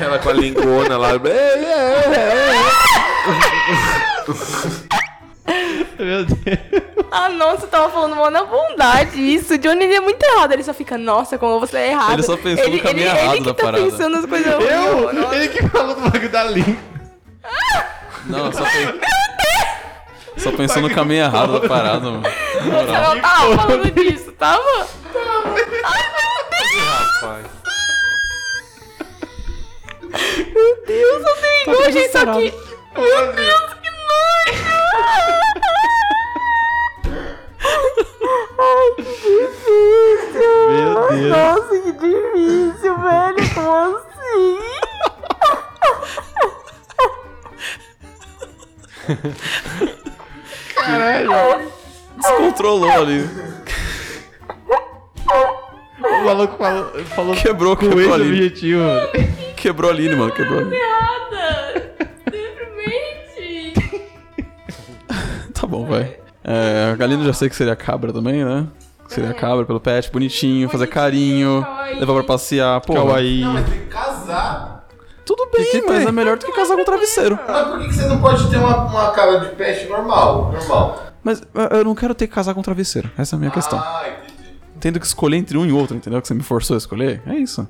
Speaker 12: Ela com a lingona lá.
Speaker 5: Meu Deus.
Speaker 3: Ah, não, você tava falando mal na bondade isso. Johnny ele é muito errado. Ele só fica, nossa, como você é errado.
Speaker 1: Ele só pensou no caminho
Speaker 3: ele,
Speaker 1: errado
Speaker 3: ele que
Speaker 1: da
Speaker 3: tá
Speaker 1: parada.
Speaker 3: pensando as coisas
Speaker 5: Eu? Ele que falou do bagulho da língua.
Speaker 1: Não, só, pe- só pensou no caminho errado da parada, mano. Na
Speaker 3: Você
Speaker 1: moral.
Speaker 3: não tava falando disso, tava? Ai, meu Deus! Meu Deus,
Speaker 8: Tá
Speaker 3: eu tenho nojo isso
Speaker 8: desesperado.
Speaker 3: aqui. Meu Deus, que nojo! Ai, que difícil!
Speaker 8: Meu Deus.
Speaker 3: Nossa, que difícil, velho! Como assim?
Speaker 8: Caralho.
Speaker 1: Descontrolou ali.
Speaker 5: O maluco falou. falou
Speaker 1: quebrou,
Speaker 5: com esse
Speaker 1: quebrou ali.
Speaker 5: objetivo.
Speaker 1: Quebrou ali, mano, quebrou ali.
Speaker 3: Simplesmente!
Speaker 1: Tá bom, vai. É, a Galina já sei que seria cabra também, né? Que Seria cabra pelo pet, bonitinho, fazer carinho,
Speaker 12: kawaii.
Speaker 1: levar pra passear, pô.
Speaker 5: Kawaii.
Speaker 12: Não, mas tem que casar.
Speaker 1: Tudo bem, mas é melhor do que casar com um travesseiro.
Speaker 12: Mas por que, que você não pode ter uma, uma cabra de pet normal? Normal. Ah,
Speaker 1: Mas eu- eu não quero ter que casar com um travesseiro. Essa é a minha questão. Tendo que escolher entre um e outro, entendeu? Que você me forçou a escolher. É isso.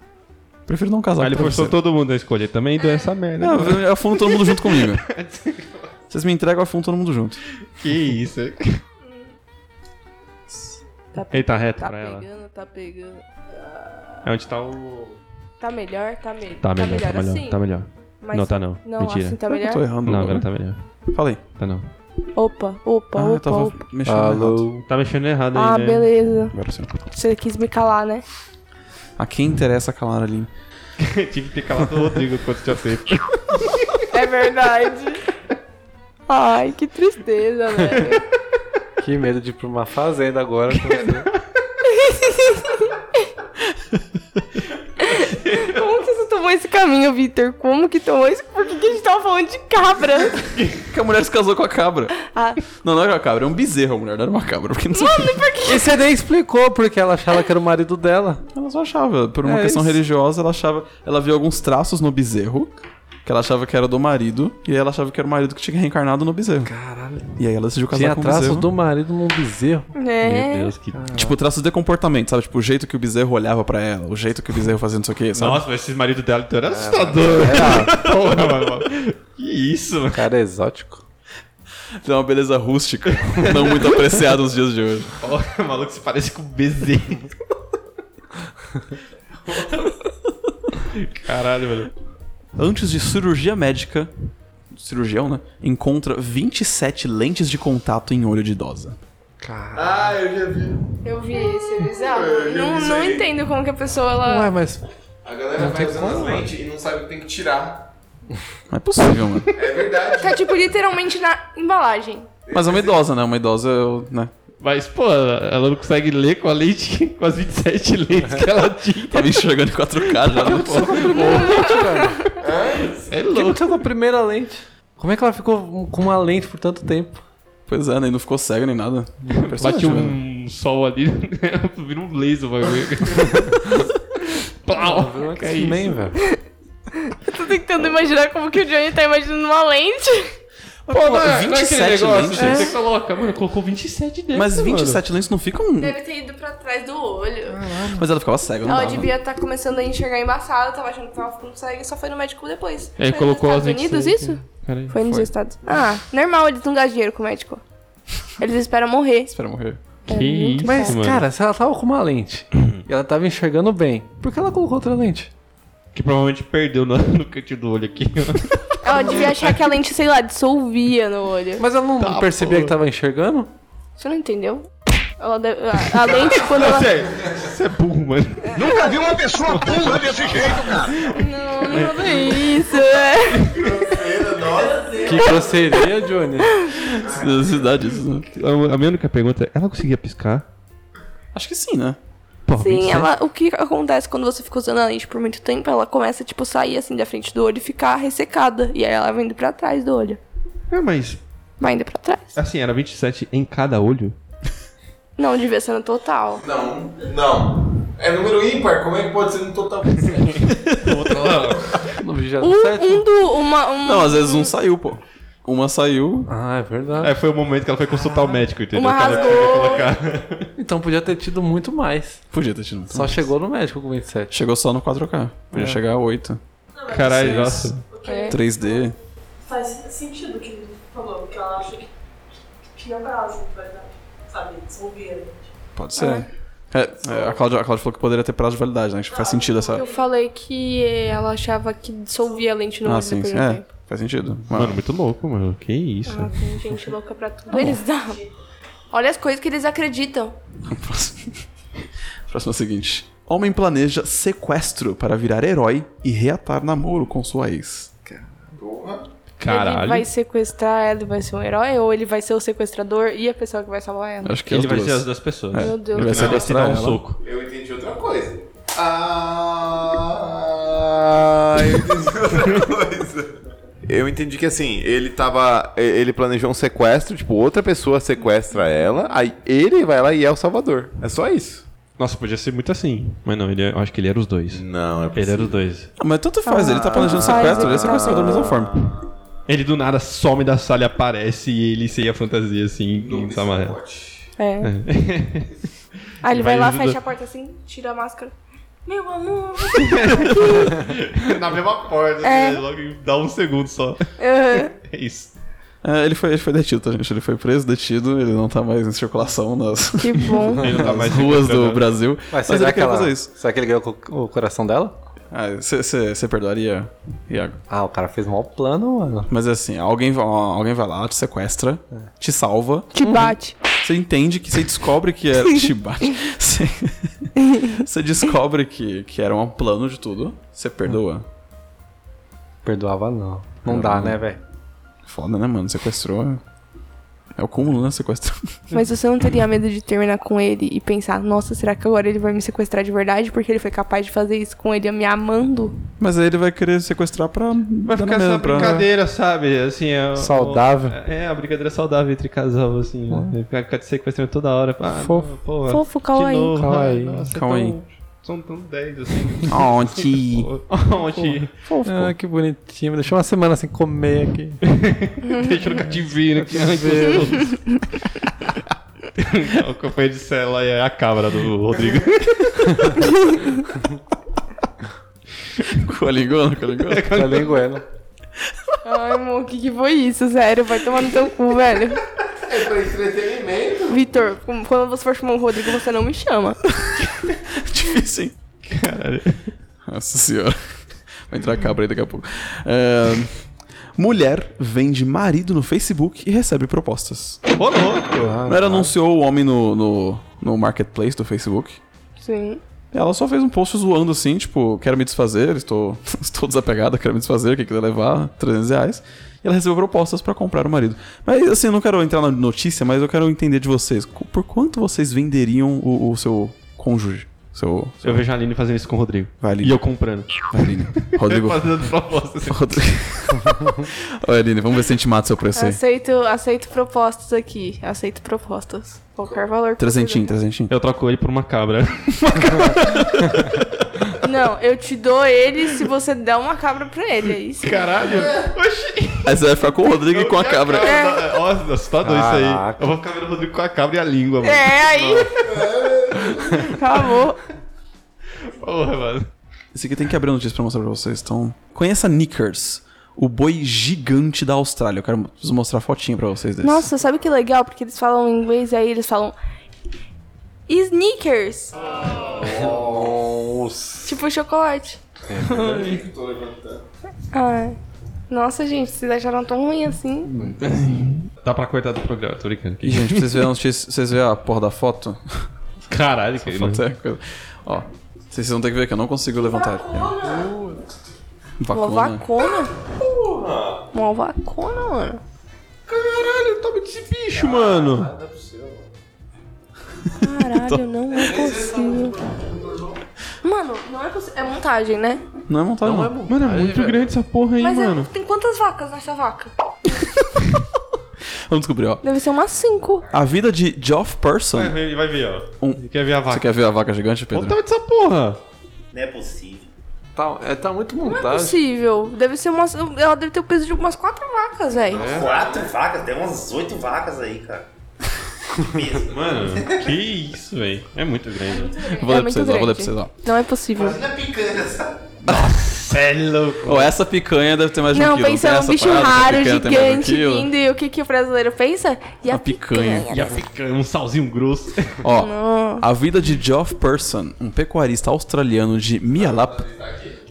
Speaker 1: Prefiro não casar
Speaker 5: Aí Ah, ele
Speaker 1: com um
Speaker 5: forçou
Speaker 1: travesseiro.
Speaker 5: todo mundo a escolher também, então é essa merda.
Speaker 1: Não, eu afundo todo mundo junto
Speaker 5: [laughs]
Speaker 1: comigo. Vocês me entregam, eu afundo todo mundo junto.
Speaker 5: Que
Speaker 3: [laughs]
Speaker 5: isso. Ele tá reto pra ela.
Speaker 3: pegando, tá pegando.
Speaker 5: É onde tá o.
Speaker 3: Tá melhor, tá melhor.
Speaker 5: Tá melhor, tá melhor,
Speaker 3: assim?
Speaker 5: tá melhor.
Speaker 3: Mas-
Speaker 5: Não, tá não.
Speaker 3: Não,
Speaker 5: Mentira.
Speaker 3: assim tá melhor?
Speaker 5: Não, agora tá melhor.
Speaker 1: Falei.
Speaker 5: Tá não.
Speaker 3: Opa, opa,
Speaker 1: Ah, eu
Speaker 3: opa,
Speaker 1: tava
Speaker 3: opa.
Speaker 1: mexendo errado.
Speaker 5: Tá mexendo errado aí,
Speaker 3: Ah,
Speaker 5: né?
Speaker 3: beleza.
Speaker 1: Agora
Speaker 5: [laughs]
Speaker 1: sim.
Speaker 3: Você quis me calar, né?
Speaker 1: A quem interessa calar ali?
Speaker 5: Tive que ter calado o Rodrigo quando tinha [laughs] tempo.
Speaker 3: É verdade. [laughs] Ai, que tristeza, né? velho.
Speaker 4: Que medo de ir pra uma fazenda agora. com você.
Speaker 3: Como que você tomou esse caminho, Vitor? Como que tomou isso? Por que, que a gente tava falando de cabra?
Speaker 1: Porque a mulher se casou com a cabra.
Speaker 3: Ah.
Speaker 1: Não, não era uma cabra, é um bezerro a mulher, não era uma cabra. Porque não sei
Speaker 3: Mano, por que?
Speaker 4: [laughs] e você nem explicou porque ela achava que era o marido dela.
Speaker 1: Ela só achava, por uma
Speaker 4: É
Speaker 1: questão
Speaker 4: isso.
Speaker 1: religiosa, ela achava. Ela viu alguns traços no bezerro, que ela achava que era do marido, e aí ela achava que era o marido que tinha reencarnado no bezerro. Caralho. E aí ela decidiu casar
Speaker 4: Tinha
Speaker 1: com o
Speaker 4: traços
Speaker 1: bezerro.
Speaker 4: do marido num bezerro.
Speaker 3: É. Meu Deus,
Speaker 5: que.
Speaker 1: Tipo, traços de comportamento, sabe? Tipo, o jeito que o bezerro olhava pra ela, o jeito que o bezerro fazia não sei o que, sabe?
Speaker 5: Nossa, mas esse marido dela então
Speaker 1: É,
Speaker 5: era assustador. [laughs] Porra, mano. Que isso, mano.
Speaker 4: Cara é exótico.
Speaker 1: Tem uma beleza rústica, [laughs] não muito apreciada nos dias de hoje.
Speaker 5: Porra, o maluco se parece com
Speaker 1: [laughs]
Speaker 5: um bezerro. Caralho, velho.
Speaker 1: Antes de cirurgia médica, cirurgião, né? Encontra 27 lentes de contato em olho de idosa.
Speaker 12: Ah, eu já vi.
Speaker 3: Eu vi esse é bizarro.
Speaker 12: Eu vi
Speaker 3: Não,
Speaker 12: isso
Speaker 3: não
Speaker 12: aí.
Speaker 3: entendo como que a pessoa ela.
Speaker 4: Ué, mas.
Speaker 12: A galera
Speaker 4: Não
Speaker 12: vai
Speaker 4: tem
Speaker 12: usando
Speaker 4: como,
Speaker 12: as
Speaker 4: mano.
Speaker 12: lentes e não sabe o que tem que tirar.
Speaker 1: Não é possível,
Speaker 5: [laughs]
Speaker 1: mano.
Speaker 12: É verdade.
Speaker 3: Tá tipo literalmente na embalagem.
Speaker 1: Mas é uma idosa, né? Uma idosa, eu, né?
Speaker 5: Mas, pô, ela não consegue ler com a lente, com as 27 lentes que ela tinha. [laughs]
Speaker 1: Tava enxergando em 4K já. né, pô?
Speaker 4: É louco. O que aconteceu com a primeira lente? Como é que ela ficou com uma lente por tanto tempo?
Speaker 1: Pois é, nem não ficou cego nem nada. né?
Speaker 5: Bate um sol ali, [laughs] vira um laser,
Speaker 1: [laughs]
Speaker 5: vai ver. Pau!
Speaker 1: um
Speaker 4: Não,
Speaker 5: Que é
Speaker 4: X-Men,
Speaker 5: isso?
Speaker 4: velho.
Speaker 3: Eu tô tentando imaginar como que o Johnny tá imaginando uma lente.
Speaker 5: Pô, não é- não é aquele
Speaker 1: 27
Speaker 5: negócio,
Speaker 1: lentes?
Speaker 5: gente,
Speaker 1: É.
Speaker 5: Você coloca, mano, colocou 27 dentro.
Speaker 1: Mas 27 lentes não ficam.
Speaker 3: Deve ter ido pra trás do olho.
Speaker 1: Mas ela ficava cega, não
Speaker 3: É. Ela
Speaker 1: dava.
Speaker 3: devia estar começando a enxergar embaçada, tava achando que tava ficando cega e só foi no médico depois.
Speaker 5: É,
Speaker 3: foi
Speaker 5: colocou
Speaker 3: nos
Speaker 5: as
Speaker 3: Estados Unidos
Speaker 5: 26,
Speaker 3: isso?
Speaker 5: né? Peraí.
Speaker 3: Foi nos
Speaker 5: Foi.
Speaker 3: Estados Ah, normal, eles não gastam dinheiro com o médico. Eles esperam morrer.
Speaker 1: Espera morrer.
Speaker 3: É muito
Speaker 4: Mas,
Speaker 3: bom.
Speaker 4: cara, se ela tava com uma lente e ela tava enxergando bem, por que ela colocou outra lente?
Speaker 5: Que provavelmente perdeu no, [laughs] no cantinho do olho aqui. ó.
Speaker 3: Ela devia achar que a lente, sei lá, dissolvia no olho.
Speaker 4: Mas ela não percebia que tava enxergando?
Speaker 3: Você não entendeu? Ela deve- a, a lente, quando ela.
Speaker 5: Você é- você é burro, mano.
Speaker 8: Nunca vi uma pessoa burra desse jeito, cara.
Speaker 3: Não, não tudo tá isso, né?
Speaker 4: Que grosseria, Johnny.
Speaker 1: Cidade, isso, né?
Speaker 5: A, a minha única pergunta é, ela conseguia piscar?
Speaker 1: Acho que sim, né?
Speaker 5: Pô,
Speaker 3: Sim,
Speaker 5: 27.
Speaker 3: ela, o que acontece quando você fica usando a lente por muito tempo, ela começa, tipo, sair assim da frente do olho e ficar ressecada. E aí ela vai indo pra trás do olho.
Speaker 5: É, mas,
Speaker 3: Vai indo pra trás.
Speaker 5: assim, era 27 em cada olho?
Speaker 3: Não, devia ser no total.
Speaker 12: Não, não. É número ímpar, como é que pode ser no total?
Speaker 4: No 27.
Speaker 1: Uh,
Speaker 3: Um, um do. Uma, um,
Speaker 1: Não, às vezes um saiu, pô. Uma saiu.
Speaker 4: Ah, é verdade.
Speaker 5: Aí foi o momento que ela foi consultar o médico, entendeu?
Speaker 3: Uma
Speaker 5: que ela
Speaker 3: rasgou.
Speaker 5: queria colocar.
Speaker 4: Então podia ter tido muito mais.
Speaker 1: Podia ter tido. um.
Speaker 4: Só chegou no médico com 27.
Speaker 1: Chegou só no 4K. Podia
Speaker 4: É.
Speaker 1: chegar a 8.
Speaker 5: Caralho,
Speaker 1: Seis.
Speaker 5: nossa.
Speaker 3: É.
Speaker 1: 3D.
Speaker 15: Faz sentido o que ele falou, que ela acha que tinha prazo pra, sabe, dissolver a gente.
Speaker 1: Pode ser. É, é, a, Cláudia, a Cláudia falou que poderia ter prazo de validade, né? Acho que faz sentido essa.
Speaker 3: Ah, Eu falei que ela achava que dissolvia a lente no
Speaker 1: Ah,
Speaker 3: olho
Speaker 1: sim,
Speaker 3: depois
Speaker 1: sim.
Speaker 3: do
Speaker 1: É,
Speaker 3: tempo.
Speaker 1: faz sentido.
Speaker 5: Mano,
Speaker 1: [laughs]
Speaker 5: muito louco, mano. Que isso?
Speaker 3: Ah,
Speaker 1: É.
Speaker 3: tem gente louca pra tudo. Eles dão. Olha as coisas que eles acreditam.
Speaker 1: Próximo é o seguinte. Homem planeja sequestro para virar herói e reatar namoro com sua ex.
Speaker 3: Ele vai sequestrar ela e vai ser um herói, ou ele vai ser o sequestrador e a pessoa que vai salvar ela?
Speaker 1: Acho que
Speaker 5: Ele
Speaker 1: as
Speaker 5: vai
Speaker 1: duas.
Speaker 5: ser as duas pessoas.
Speaker 1: É.
Speaker 3: Meu Deus.
Speaker 1: Ele vai
Speaker 5: Não, vai se
Speaker 1: sequestrar
Speaker 5: dar um
Speaker 1: ela.
Speaker 5: soco.
Speaker 12: Eu entendi outra coisa. Ah, eu entendi outra coisa. Eu entendi que assim, ele tava. e- Ele planejou um sequestro, tipo, outra pessoa sequestra ela, aí ele vai lá e é o Salvador. É só isso.
Speaker 5: Nossa, podia ser muito assim. Mas não, ele, eu acho que ele era os dois.
Speaker 12: Não, é
Speaker 5: Ele era os dois.
Speaker 1: Ah, mas tanto faz, ele tá planejando sequestro, ele
Speaker 3: então.
Speaker 1: é sequestrador da mesma forma.
Speaker 5: Ele do nada some da sala e aparece e ele sem a fantasia assim em Samarela.
Speaker 3: É. Aí ele vai,
Speaker 5: Vai
Speaker 3: lá,
Speaker 5: ajudar.
Speaker 3: fecha a porta assim, tira a máscara. Meu amor!
Speaker 5: [laughs] Na mesma porta,
Speaker 3: É.
Speaker 5: né? [laughs] logo dá um segundo só.
Speaker 3: Aham.
Speaker 5: É isso.
Speaker 1: É, ele, foi, ele foi detido, tá, gente? Ele foi preso, detido, ele não tá mais em circulação nas,
Speaker 3: Que bom.
Speaker 1: [laughs]
Speaker 5: [laughs] Ele não tá
Speaker 1: nas
Speaker 5: mais
Speaker 1: ruas do
Speaker 5: circulando.
Speaker 1: Brasil.
Speaker 4: Mas,
Speaker 1: Mas,
Speaker 4: será,
Speaker 1: ele
Speaker 4: que
Speaker 1: queria
Speaker 4: ela,
Speaker 1: fazer isso. Ah,
Speaker 4: será que ele ganhou co- o coração dela?
Speaker 1: Você perdoaria, Iago?
Speaker 4: Ah, o cara fez um mau plano, mano.
Speaker 1: Mas assim, alguém, va- alguém vai lá, te sequestra, te salva.
Speaker 3: Te bate.
Speaker 1: Você entende que você descobre que era. te bate. Você- [laughs] Você descobre que, que era um plano de tudo. Você perdoa.
Speaker 4: Perdoava não. Não dá, né, velho?
Speaker 1: Foda, né, mano? Sequestrou. é- É o cúmulo, né? Sequestrou.
Speaker 3: Mas você não teria medo de terminar com ele e pensar, nossa, será que agora ele vai me sequestrar de verdade? Porque ele foi capaz de fazer isso com ele me amando?
Speaker 1: [laughs] Mas aí ele vai querer sequestrar pra.
Speaker 5: Vai ficar
Speaker 1: né?
Speaker 5: essa brincadeira, sabe? Assim, é, o-
Speaker 4: Saudável.
Speaker 5: É, a brincadeira saudável entre casal, assim. né? Ficar, ficar te sequestrando toda hora. Ah,
Speaker 4: Fofo.
Speaker 5: não, porra.
Speaker 3: Fofo,
Speaker 5: De
Speaker 3: kawaii.
Speaker 5: novo,
Speaker 4: Kawaii.
Speaker 5: ah, [laughs] nossa,
Speaker 1: Kawaii.
Speaker 5: tão- São tão 10, assim. [laughs]
Speaker 1: Onde?
Speaker 5: Onde?
Speaker 3: Fofo.
Speaker 4: Ah, que bonitinho. Me deixou uma semana sem comer aqui.
Speaker 5: Deixa no cativeiro aqui. né? ai, que gostoso. [laughs] O companheiro de cela é a cabra do Rodrigo.
Speaker 1: Com a lingona, com a lingona.
Speaker 4: Tá linguela.
Speaker 3: Ai, amor, o que, que foi isso? Sério, vai tomar no teu cu, velho.
Speaker 12: É pra entretenimento.
Speaker 3: Vitor, quando você for chamar o Rodrigo, você não me chama.
Speaker 1: [laughs] Difícil, hein? Nossa senhora. Vai entrar cabra aí daqui a pouco. É, Mulher vende marido no Facebook e recebe propostas.
Speaker 5: Ô, louco!
Speaker 1: Ah, Não era anunciou o homem no, no, no marketplace do Facebook?
Speaker 3: Sim.
Speaker 1: Ela só fez um post zoando assim, tipo, quero me desfazer, estou, [laughs] estou desapegada, quero me desfazer, quem quiser levar, 300 reais. E ela recebeu propostas pra comprar o marido. Mas assim, eu não quero entrar na notícia, mas eu quero entender de vocês. co- Por quanto vocês venderiam o, o seu cônjuge? Seu, seu...
Speaker 5: Eu vejo a Aline fazendo isso com o Rodrigo.
Speaker 1: Vai, Aline.
Speaker 5: E eu comprando.
Speaker 1: Vai, Aline. Rodrigo.
Speaker 5: Fazendo proposta. assim.
Speaker 1: Rodrigo. [laughs] Olha, Aline, vamos ver se a gente mata seu preço aí.
Speaker 3: Aceito, aceito propostas aqui. Aceito propostas. Qualquer valor.
Speaker 1: Trezentinho, trezentinho.
Speaker 5: Eu troco ele por uma cabra.
Speaker 3: Não, eu te dou ele se você der uma cabra pra ele. É
Speaker 5: [laughs]
Speaker 3: isso.
Speaker 5: Caralho.
Speaker 1: Aí você vai ficar com o Rodrigo e com a cabra.
Speaker 5: Nossa, nossa, tá doido isso aí.
Speaker 1: Caraca.
Speaker 5: Eu vou ficar vendo o Rodrigo com a cabra e a língua, mano.
Speaker 3: É, aí. Acabou.
Speaker 5: Porra, mano.
Speaker 1: Esse aqui tem que abrir a notícia pra mostrar pra vocês. Então, conheça Knickers, o boi gigante da Austrália. Eu quero preciso mostrar a fotinha pra vocês desse.
Speaker 3: Nossa, sabe que legal? Porque eles falam em inglês e aí eles falam. Sneakers!
Speaker 2: Nossa.
Speaker 3: Tipo chocolate. [laughs] Ai. Nossa, gente, vocês acharam tão ruim assim?
Speaker 5: Dá pra cortar do programa, tô brincando.
Speaker 1: E, gente, pra vocês verem a notícia- vocês verem a porra da foto?
Speaker 5: Caralho,
Speaker 1: que foto é coisa. Ó, vocês vão ter que ver que eu não consigo levantar.
Speaker 3: Uma
Speaker 1: Vacuna.
Speaker 3: vacuna? Uma vacuna, mano.
Speaker 5: Caralho, toma desse bicho, mano.
Speaker 3: Caralho, não é possível. Mano, não é possível. É montagem, né?
Speaker 1: Não é montagem, não.
Speaker 5: Mano, é muito grande essa porra aí,
Speaker 3: Mas é-
Speaker 5: mano.
Speaker 3: tem quantas vacas nessa vaca?
Speaker 1: Vamos descobrir, ó.
Speaker 3: Deve ser umas cinco.
Speaker 1: A vida de Geoff Person.
Speaker 5: Vai ver, vai ver, ó.
Speaker 1: Um...
Speaker 5: Quer ver a
Speaker 1: Você quer ver a vaca gigante, Pedro?
Speaker 5: Olha essa porra.
Speaker 10: Não é possível.
Speaker 4: Tá, é, tá muito
Speaker 3: Não é
Speaker 4: montagem.
Speaker 3: possível. Deve ser umas. Ela deve ter o peso de umas quatro vacas, velho.
Speaker 10: Quatro vacas, tem umas oito vacas aí, cara.
Speaker 5: Mano, que isso, velho. É muito grande.
Speaker 1: Vou ler pra
Speaker 3: muito
Speaker 1: vocês, ó. Vou ler pra
Speaker 3: grande.
Speaker 1: vocês, ó.
Speaker 3: Não é possível.
Speaker 1: tá
Speaker 5: Cê é louco.
Speaker 1: Ou essa picanha deve ter mais de um
Speaker 3: Não,
Speaker 1: quilo.
Speaker 3: pensa
Speaker 1: tem
Speaker 3: num
Speaker 1: essa
Speaker 3: bicho
Speaker 1: parada, a
Speaker 3: raro,
Speaker 1: picanha tem mais de um
Speaker 3: gigante,
Speaker 1: quilo.
Speaker 3: lindo. E o que, que o brasileiro pensa? E a,
Speaker 1: A picanha.
Speaker 5: E a picanha, um salzinho [laughs] grosso.
Speaker 1: Ó,
Speaker 3: Não.
Speaker 1: a vida de Geoff Person, um pecuarista australiano de Mialap,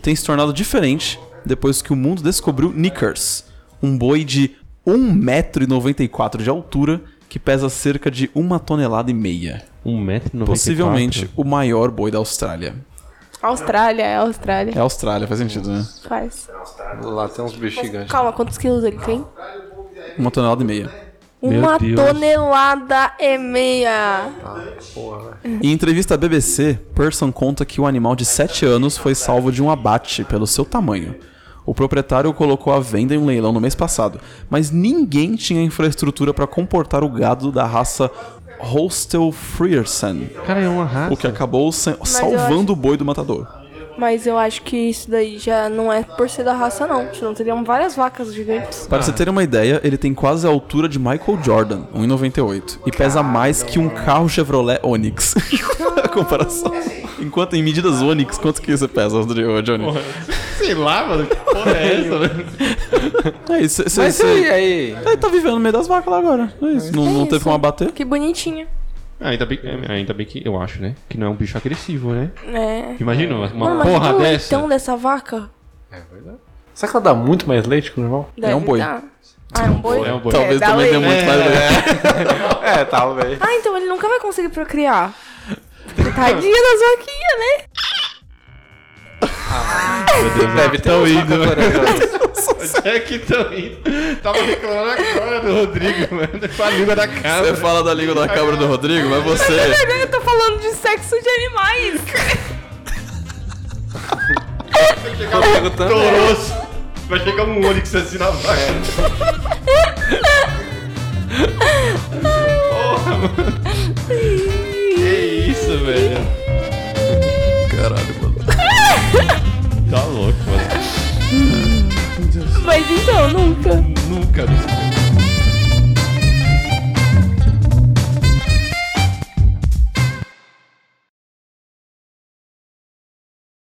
Speaker 1: tem se tornado diferente depois que o mundo descobriu Knickers, um boi de 1,94m de altura que pesa cerca de uma tonelada e meia.
Speaker 5: 1,94m?
Speaker 1: Possivelmente o maior boi da Austrália.
Speaker 3: Austrália, é Austrália.
Speaker 1: É a Austrália, faz sentido, né?
Speaker 3: Faz.
Speaker 4: Lá tem uns bichos gigantes.
Speaker 3: Calma, quantos quilos ele tem?
Speaker 1: Uma tonelada e meia.
Speaker 3: Uma tonelada e meia.
Speaker 1: Em entrevista à BBC, Person conta que o animal de 7 anos foi salvo de um abate pelo seu tamanho. O proprietário o colocou à venda em um leilão no mês passado, mas ninguém tinha infraestrutura para comportar o gado da raça Holstel Frierson.
Speaker 5: Cara, é uma raça.
Speaker 1: O que acabou sa-
Speaker 3: Mas eu
Speaker 1: salvando o boi do matador.
Speaker 3: Mas eu acho que isso daí já não é por ser da raça, não. Senão teriam várias vacas gigantes.
Speaker 1: Para você ter uma ideia, ele tem quase a altura de Michael Jordan, 1,98, e pesa mais que um carro Chevrolet Onix. [laughs] a comparação. Enquanto em medidas Onix, quanto que você pesa, Rodrigo- Johnny?
Speaker 5: Sei lá, mano. Que porra é essa, velho?
Speaker 1: É isso, cê-
Speaker 4: Mas
Speaker 1: cê-
Speaker 4: e aí?
Speaker 1: Ele tá vivendo no meio das vacas lá agora. É isso. Não, não teve como abater.
Speaker 3: Que bonitinha.
Speaker 5: Ah, Ainda bem, é, ainda bem que eu acho, né? Que não é um bicho agressivo, né?
Speaker 3: É.
Speaker 5: Imagina uma, uma
Speaker 3: Mano, mas é
Speaker 5: porra
Speaker 3: o
Speaker 5: dessa.
Speaker 3: leitão dessa vaca?
Speaker 4: Será que ela dá muito mais leite que o normal?
Speaker 3: Deve
Speaker 1: um
Speaker 3: dar. Ah, é um boi?
Speaker 4: É um boi.
Speaker 1: Talvez
Speaker 3: dá
Speaker 1: também dê
Speaker 3: leite.
Speaker 1: muito mais leite.
Speaker 4: É, talvez.
Speaker 3: Ah, então ele nunca vai conseguir procriar.
Speaker 1: [laughs]
Speaker 3: Porque Tadinha das vaquinhas, né?
Speaker 5: Deve tão indo, Onde é que tão indo? Tava reclamando agora do Rodrigo, mano. Com a língua da
Speaker 1: [laughs]
Speaker 5: cabra.
Speaker 1: Você fala da língua da cabra do Rodrigo, mas você.
Speaker 3: [laughs] Eu tô falando de sexo de animais.
Speaker 5: Toroço. Vai chegar um Onix assim na vaca. Porra, mano.